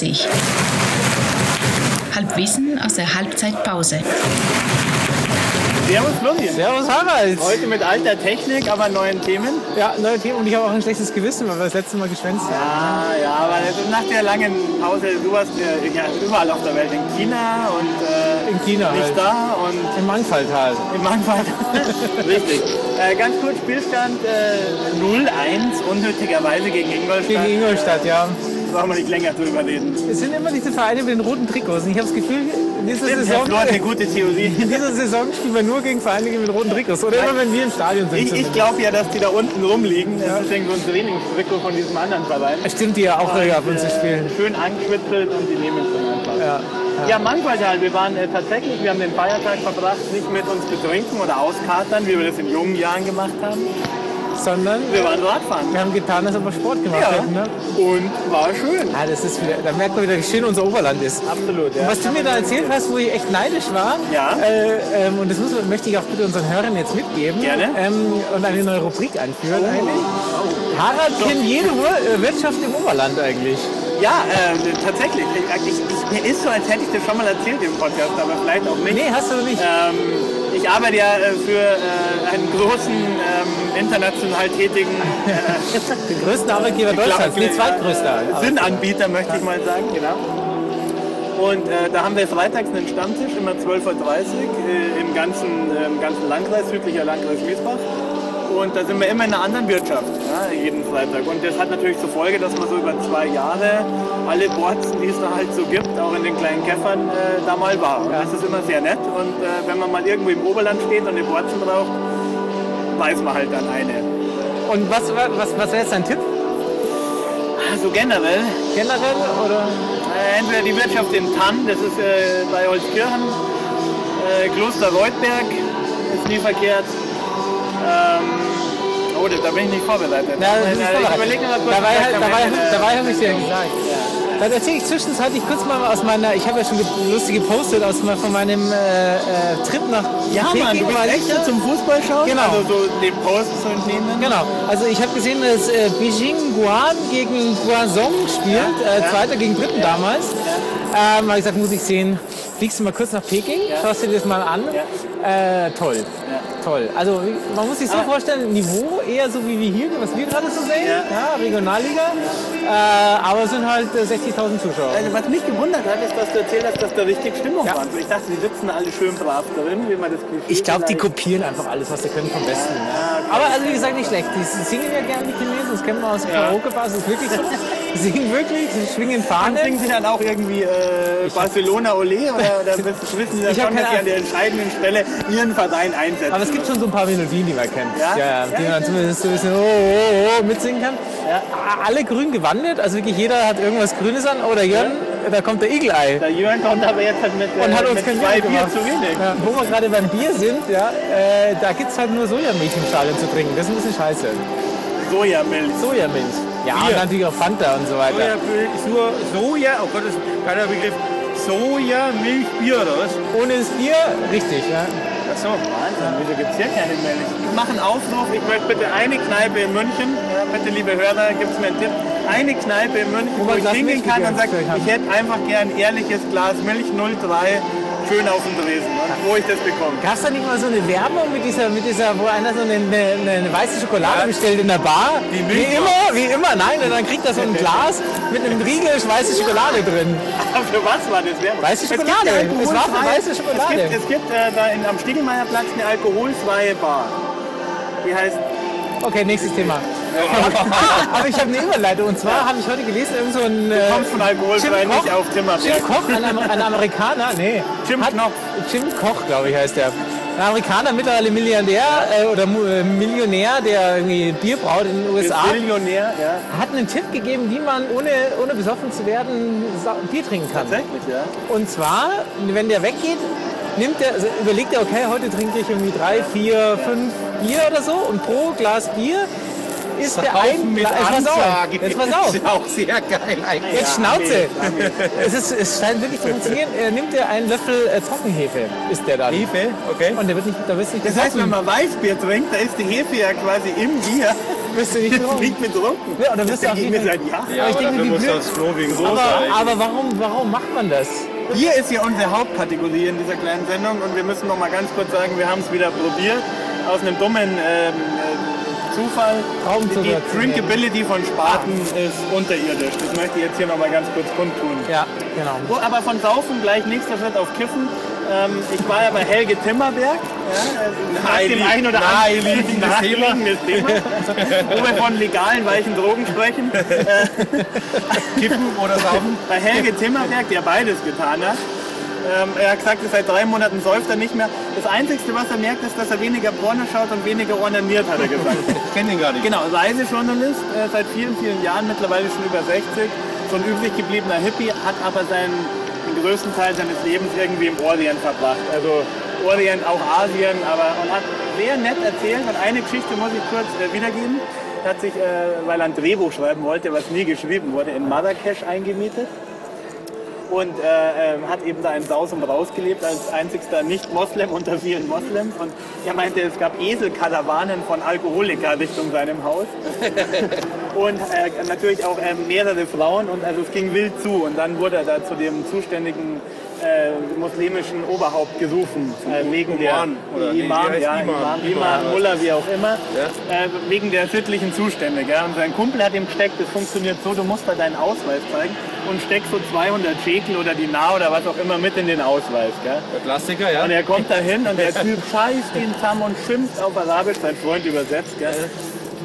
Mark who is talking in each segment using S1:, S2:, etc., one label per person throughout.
S1: Deutsch. Halbwissen aus der Halbzeitpause.
S2: Servus Florian.
S3: Servus Harald.
S2: Heute mit alter Technik, aber neuen Themen.
S3: Ja, neue Themen. Und ich habe auch ein schlechtes Gewissen, weil wir das letzte Mal geschwänzt haben.
S2: Ah, ja, aber das- nach der langen Pause, du warst äh, ja überall auf der Welt, in China und äh,
S3: In China
S2: nicht
S3: halt.
S2: da und
S3: Im Mangfalltal.
S2: im Mannfall. Richtig. Äh, ganz kurz, Spielstand äh, 0-1, unnötigerweise gegen
S3: Gegen
S2: Ingolstadt.
S3: Ingolstadt, ja.
S2: Brauchen wir nicht länger drüber reden.
S3: Es sind immer diese Vereine mit den roten Trikots. Und ich habe das Gefühl, diese
S2: Stimmt, Herr
S3: Saison,
S2: Flor hat eine gute Theorie.
S3: in dieser Saison spielen wir nur gegen Vereine mit roten Trikots. Oder immer, wenn wir im Stadion sind.
S2: Ich, ich
S3: zumindest.
S2: glaube ja, dass die da unten rumliegen. Das ist irgendwie so ein Trainingstrikot von diesem anderen Verein.
S3: Stimmt, die ja auch
S2: Und,
S3: ab und zu
S2: äh,
S3: spielen.
S2: Schön angeschwitzelt und die nehmen es dann einfach.
S3: Ja,
S2: ja. Mangwaldal, wir waren äh, tatsächlich, wir haben den Feiertag verbracht, nicht mit uns betrinken oder auskatern, wie wir das in jungen Jahren gemacht haben.
S3: Sondern
S2: Wir waren Radfahren.
S3: wir haben getan, dass wir Sport gemacht hätten. Ne?
S2: Und war schön.
S3: Ah, das ist wieder, da merkt man wieder, wie schön unser Oberland ist.
S2: Absolut, ja.
S3: Was du mir da erzählt hast, wo ich echt neidisch war,
S2: Ja.
S3: äh, ähm, und das muss, möchte ich auch bitte unseren Hörern jetzt mitgeben
S2: Gerne. Oh.
S3: Ähm, und eine neue Rubrik einführen eigentlich. Harald kennt jede Ur- äh, Wirtschaft im Oberland eigentlich.
S2: Ja, äh, tatsächlich. Ich, ich, ich, mir ist so, als hätte ich das schon mal erzählt im Podcast, aber vielleicht auch nicht.
S3: Nee, hast du nicht.
S2: Ähm, ich arbeite ja äh, für äh, einen großen, ähm, international tätigen äh,
S3: Den größten Arbeitgeber Deutschlands, den zweitgrößter.
S2: Sinnanbieter, möchte ich mal sagen, genau. Und äh, da haben wir freitags einen Stammtisch, immer 12.30 Uhr äh, im, ganzen, äh, im ganzen Landkreis, südlicher Landkreis Miesbach. Und da sind wir immer in einer anderen Wirtschaft, ja, jeden Freitag. Und das hat natürlich zur Folge, dass man so über zwei Jahre alle Borzen, die es da halt so gibt, auch in den kleinen Käffern, äh, da mal war. Und das ist immer sehr nett. Und äh, wenn man mal irgendwo im Oberland steht und eine Borzen braucht, weiß man halt dann eine.
S3: Und was, was, was wäre jetzt dein Tipp?
S2: Also generell
S3: Generell oder?
S2: Äh, entweder die Wirtschaft in Tann, das ist äh, bei Holzkirchen, äh, Kloster Reutberg ist nie verkehrt. Ähm, oh, das- da bin ich nicht vorbereitet.
S3: Ja, das ist
S2: Äh, ich überlege mir mal kurz.
S3: dabei
S2: vielleicht
S3: halt-
S2: am
S3: dabei,
S2: Ende, äh,
S3: dabei habe ich dir ja gesagt. Dann erzähle ich zwischenzeitlich kurz mal aus meiner, ich habe ja schon ge- lustig gepostet aus, me- von meinem äh, äh, Trip nach
S2: Ja,
S3: Peking,
S2: Mann, du bist
S3: weil ich
S2: echt
S3: da-
S2: so zum Fußball schauen?
S3: Genau.
S2: Also so den Post zu entnehmen?
S3: Genau, also ich habe gesehen, dass äh, Beijing Guan gegen Guangdong spielt,
S2: Ja,
S3: äh,
S2: ja.
S3: Zweiter gegen Dritten damals. Ähm, habe ich gesagt, muss ich sehen, fliegst du mal kurz nach Peking, schaust dir das mal an. Äh, toll, toll. Also man muss sich
S2: Ah.
S3: so vorstellen, Niveau eher so wie wir hier, was wir gerade so sehen, ja. Regionalliga, äh, aber es sind halt äh, 60.000 Zuschauer.
S2: Also was mich gewundert hat, ist, dass du erzählt hast, dass da richtig Stimmung
S3: Ja.
S2: war. Ich dachte, die sitzen alle schön brav drin, wie man das Klischee
S3: Ich glaube, die
S2: vielleicht-
S3: kopieren einfach alles, was sie können vom Besten. ne? Aber also wie gesagt, nicht schlecht. Die singen ja gerne die Chinesen, das kennen wir aus Karaoke-Bars, das ist wirklich so. Die singen wirklich, sie schwingen
S2: Und
S3: Fahnen.
S2: Singen sie dann auch irgendwie äh, Barcelona Ole oder, oder wissen wissen sie dann
S3: Ich hab
S2: schon, dass
S3: keine
S2: sie an der entscheidenden Stelle ihren Verein einsetzen?
S3: Aber es gibt schon so ein paar Melodien, die man kennt.
S2: Ja?
S3: ja,
S2: Ja,
S3: die man
S2: ja.
S3: zumindest so ein bisschen oh, oh, oh, mitsingen kann. A- Alle grün gewandet, also wirklich jeder hat irgendwas Grünes an. Oder Jörn, da kommt der Igelei.
S2: Der Jürgen kommt aber jetzt halt mit, äh,
S3: Und hat uns
S2: mit
S3: kein
S2: zwei
S3: Bier
S2: Bier
S3: gemacht.
S2: zu wenig.
S3: Ja, wo wir gerade beim Bier sind, ja, äh, da gibt es halt nur Sojamilch im Stadion zu trinken. Das ist ein bisschen scheiße.
S2: Sojamilch.
S3: Sojamilch. Ja, und natürlich auch Fanta und so
S2: Oh
S3: weiter.
S4: Soja ist nur Soja, oh Gott, das ist keiner Begriff. Soja, Milch, Bier oder was?
S3: Ohne das Bier, richtig, ja.
S4: Ach so.
S2: Wahnsinn, wieso gibt es hier keine Milch? Ich mache einen Aufruf, ich möchte bitte eine Kneipe in München, ja, bitte liebe Hörer, gibt es mir einen Tipp, eine Kneipe in München, wo,
S3: Wo man ein
S2: ich
S3: Glas
S2: hingehen
S3: Milch
S2: kann und sage,
S3: gegenseitig haben.
S2: ich hätte einfach gern ein ehrliches Glas Milch 03, schön auf dem Dresen, und wo ich das bekomme.
S3: Gab es da nicht mal so eine Werbung mit dieser, mit dieser wo einer so eine, eine, eine weiße Schokolade bestellt in der Bar?
S4: Die
S3: wie
S4: Milch-
S3: immer, wie immer, nein, und dann kriegt er so ein Glas mit einem Riegel weiße Schokolade drin.
S2: Aber für was war das Werbung?
S3: Weiße
S2: Es gibt
S3: Schokolade.
S2: eine
S3: Es war für
S2: alkoholfreie-
S3: weiße Schokolade.
S2: Es gibt, es gibt äh, da in, am Stiegelmeierplatz eine alkoholfreie Bar. Die heißt
S3: Äh, Okay, nächstes Thema. ah, aber ich habe eine Überleitung und zwar habe ich heute gelesen, irgend so ein äh,
S2: Kommst von alkoholfrei
S3: Jim Koch?
S2: nicht auf Timmerberg.
S3: Jim Koch, ein, Amer- ein Amerikaner, nee.
S2: Jim
S3: hat,
S2: Knopf.
S3: Jim Koch, glaube ich, heißt der. Ein Amerikaner, mittlerweile Milliardär äh, oder Mu- äh, Millionär, der irgendwie Bier braut in den USA.
S2: Ist Millionär, ja.
S3: hat einen Tipp gegeben, wie man ohne, ohne besoffen zu werden Sa- Bier trinken kann.
S2: Tatsächlich, ja.
S3: Und zwar, wenn der weggeht, nimmt der, also überlegt er, okay, heute trinke ich irgendwie drei, vier, fünf Bier oder so und pro Glas Bier ist der ein
S4: Mit
S3: Glas. Jetzt pass auf,
S4: Ansage.
S3: jetzt pass auf.
S4: Ist auch sehr geil eigentlich.
S3: Jetzt Schnauze! Es, ist, es scheint wirklich zu funktionieren. Er nimmt er einen Löffel äh, Trockenhefe, ist der dann.
S4: Hefe, okay.
S3: Und der wird nicht, da wird nicht
S2: Das heißt,
S3: besoffen.
S2: wenn man Weißbier trinkt, da ist die Hefe ja quasi im Bier.
S3: Bist du nicht betrunken?
S2: Klingt betrunken.
S3: Ja, oder wirst du
S2: Deswegen
S3: auf
S2: ging
S3: jeden
S2: mir
S3: Fall-
S2: sein, ja.
S3: Aber
S4: Ja,
S3: ich
S4: aber
S3: denke,
S4: dafür
S3: die
S4: musst du
S3: Blö-
S4: aufs Klo wegen Soße
S3: Aber,
S4: eigentlich.
S3: aber warum, warum macht man das?
S2: Bier ist ja unsere Hauptkategorie in dieser kleinen Sendung und wir müssen noch mal ganz kurz sagen, wir haben es wieder probiert. Aus einem dummen ähm, ähm, Zufall.
S3: Traubenzucker
S2: Die Drinkability von Spaten ist unterirdisch. Das möchte ich jetzt hier noch mal ganz kurz kundtun.
S3: Ja, genau.
S2: So, aber von Saufen gleich nächster Schritt auf Kiffen. Ähm, ich war ja bei Helge Timmerberg. Ja, also nach dem einen oder anderen
S4: naheliegendes Thema.
S2: naheliegendes Thema. Wo wir von legalen, weichen Drogen sprechen. Äh,
S4: Kippen oder saufen?
S2: bei Helge Timmerberg, der beides getan hat. Ähm, er hat gesagt, seit drei Monaten säuft er nicht mehr. Das Einzige, was er merkt, ist, dass er weniger Porno schaut und weniger ordiniert, hat er gesagt.
S4: Ich kenne den gar nicht.
S2: Genau, Reisejournalist äh, seit vielen, vielen Jahren, mittlerweile schon über 60. So ein übrig gebliebener Hippie, hat aber seinen, den größten Teil seines Lebens irgendwie im Orient verbracht. Also Orient, auch Asien, aber und hat sehr nett erzählt und eine Geschichte muss ich kurz äh, wiedergeben. Er hat sich, äh, weil er ein Drehbuch schreiben wollte, was nie geschrieben wurde, in Marrakesch eingemietet und äh, ähm, hat eben da in Saus und Braus gelebt als einzigster Nicht-Moslem unter vielen Moslems. Und er meinte, es gab Eselkarawanen von Alkoholikern Richtung seinem Haus. und äh, natürlich auch ähm, mehrere Frauen und also es ging wild zu. Und dann wurde er da zu dem zuständigen äh, muslimischen Oberhaupt gerufen, äh, wegen der
S4: Oman, oder? Nee,
S2: Imam,
S4: wie heißt
S2: ja,
S4: Imam?
S2: Imam,
S4: Imam,
S2: Imam,
S4: oder?
S2: Mullah, wie auch immer,
S4: Ja.
S2: äh, wegen der sittlichen Zustände. Gell? Und sein Kumpel hat ihm gesteckt, das funktioniert so, du musst da deinen Ausweis zeigen und steckst so 200 Schekel oder Dinar oder was auch immer mit in den Ausweis. Gell?
S4: Der Klassiker, ja.
S2: Und er kommt da hin und der Typ scheißt ihn zusammen und schimpft auf Arabisch, sein Freund übersetzt, gell?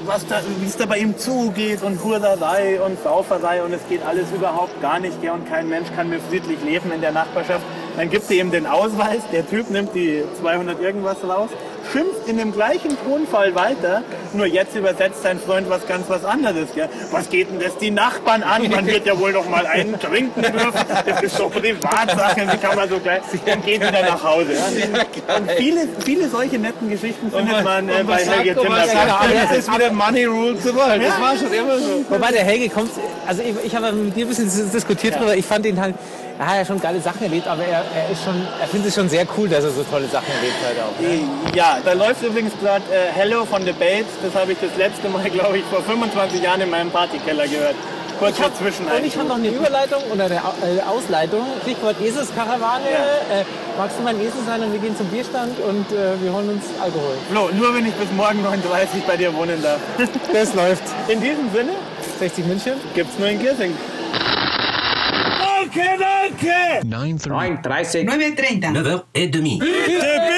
S2: Was da, wie es da bei ihm zugeht und Hurserei und Sauferei und es geht alles überhaupt gar nicht, gell? Und kein Mensch kann mehr friedlich leben in der Nachbarschaft. Dann gibt er ihm den Ausweis, der Typ nimmt die 200 irgendwas raus, schimpft in dem gleichen Tonfall weiter, nur jetzt übersetzt sein Freund was ganz was anderes, gell? Was geht denn das die Nachbarn an? Man wird ja wohl noch mal einen trinken dürfen, das ist doch Privatsache, wie kann man so gleich, und geht wieder nach Hause. Ja? Und viele, viele solche netten Geschichten findet man äh, bei Helge Timmerberg.
S3: sagt-
S4: das ist wieder Money Rules the World. Das war schon immer so.
S3: Wobei der Helge kommt, also ich, ich habe mit dir ein bisschen dis- diskutiert drüber. Ich fand ihn halt, er hat ja schon geile Sachen erlebt, aber er, er ist schon, er findet es schon sehr cool, dass er so tolle Sachen erlebt hat auch.
S2: Ja, da läuft übrigens gerade äh, Hello von The Bates. Das habe ich das letzte Mal, glaube ich, vor 25 Jahren in meinem Partykeller gehört. Kurz dazwischen
S3: Und ich habe noch eine Überleitung oder eine Au- äh, Ausleitung. Stichwort Eselskarawane.
S2: Ja.
S3: Äh, magst du mein Esel sein und wir gehen zum Bierstand und äh, wir holen uns Alkohol.
S2: Flo, nur wenn ich bis morgen 39 bei dir wohnen darf.
S3: Das läuft.
S2: In diesem Sinne
S3: 60 München.
S2: gibt's nur in Giersing.
S5: 9.30.
S6: 9h30.
S7: 9h30.
S6: 9h30.
S7: Tip,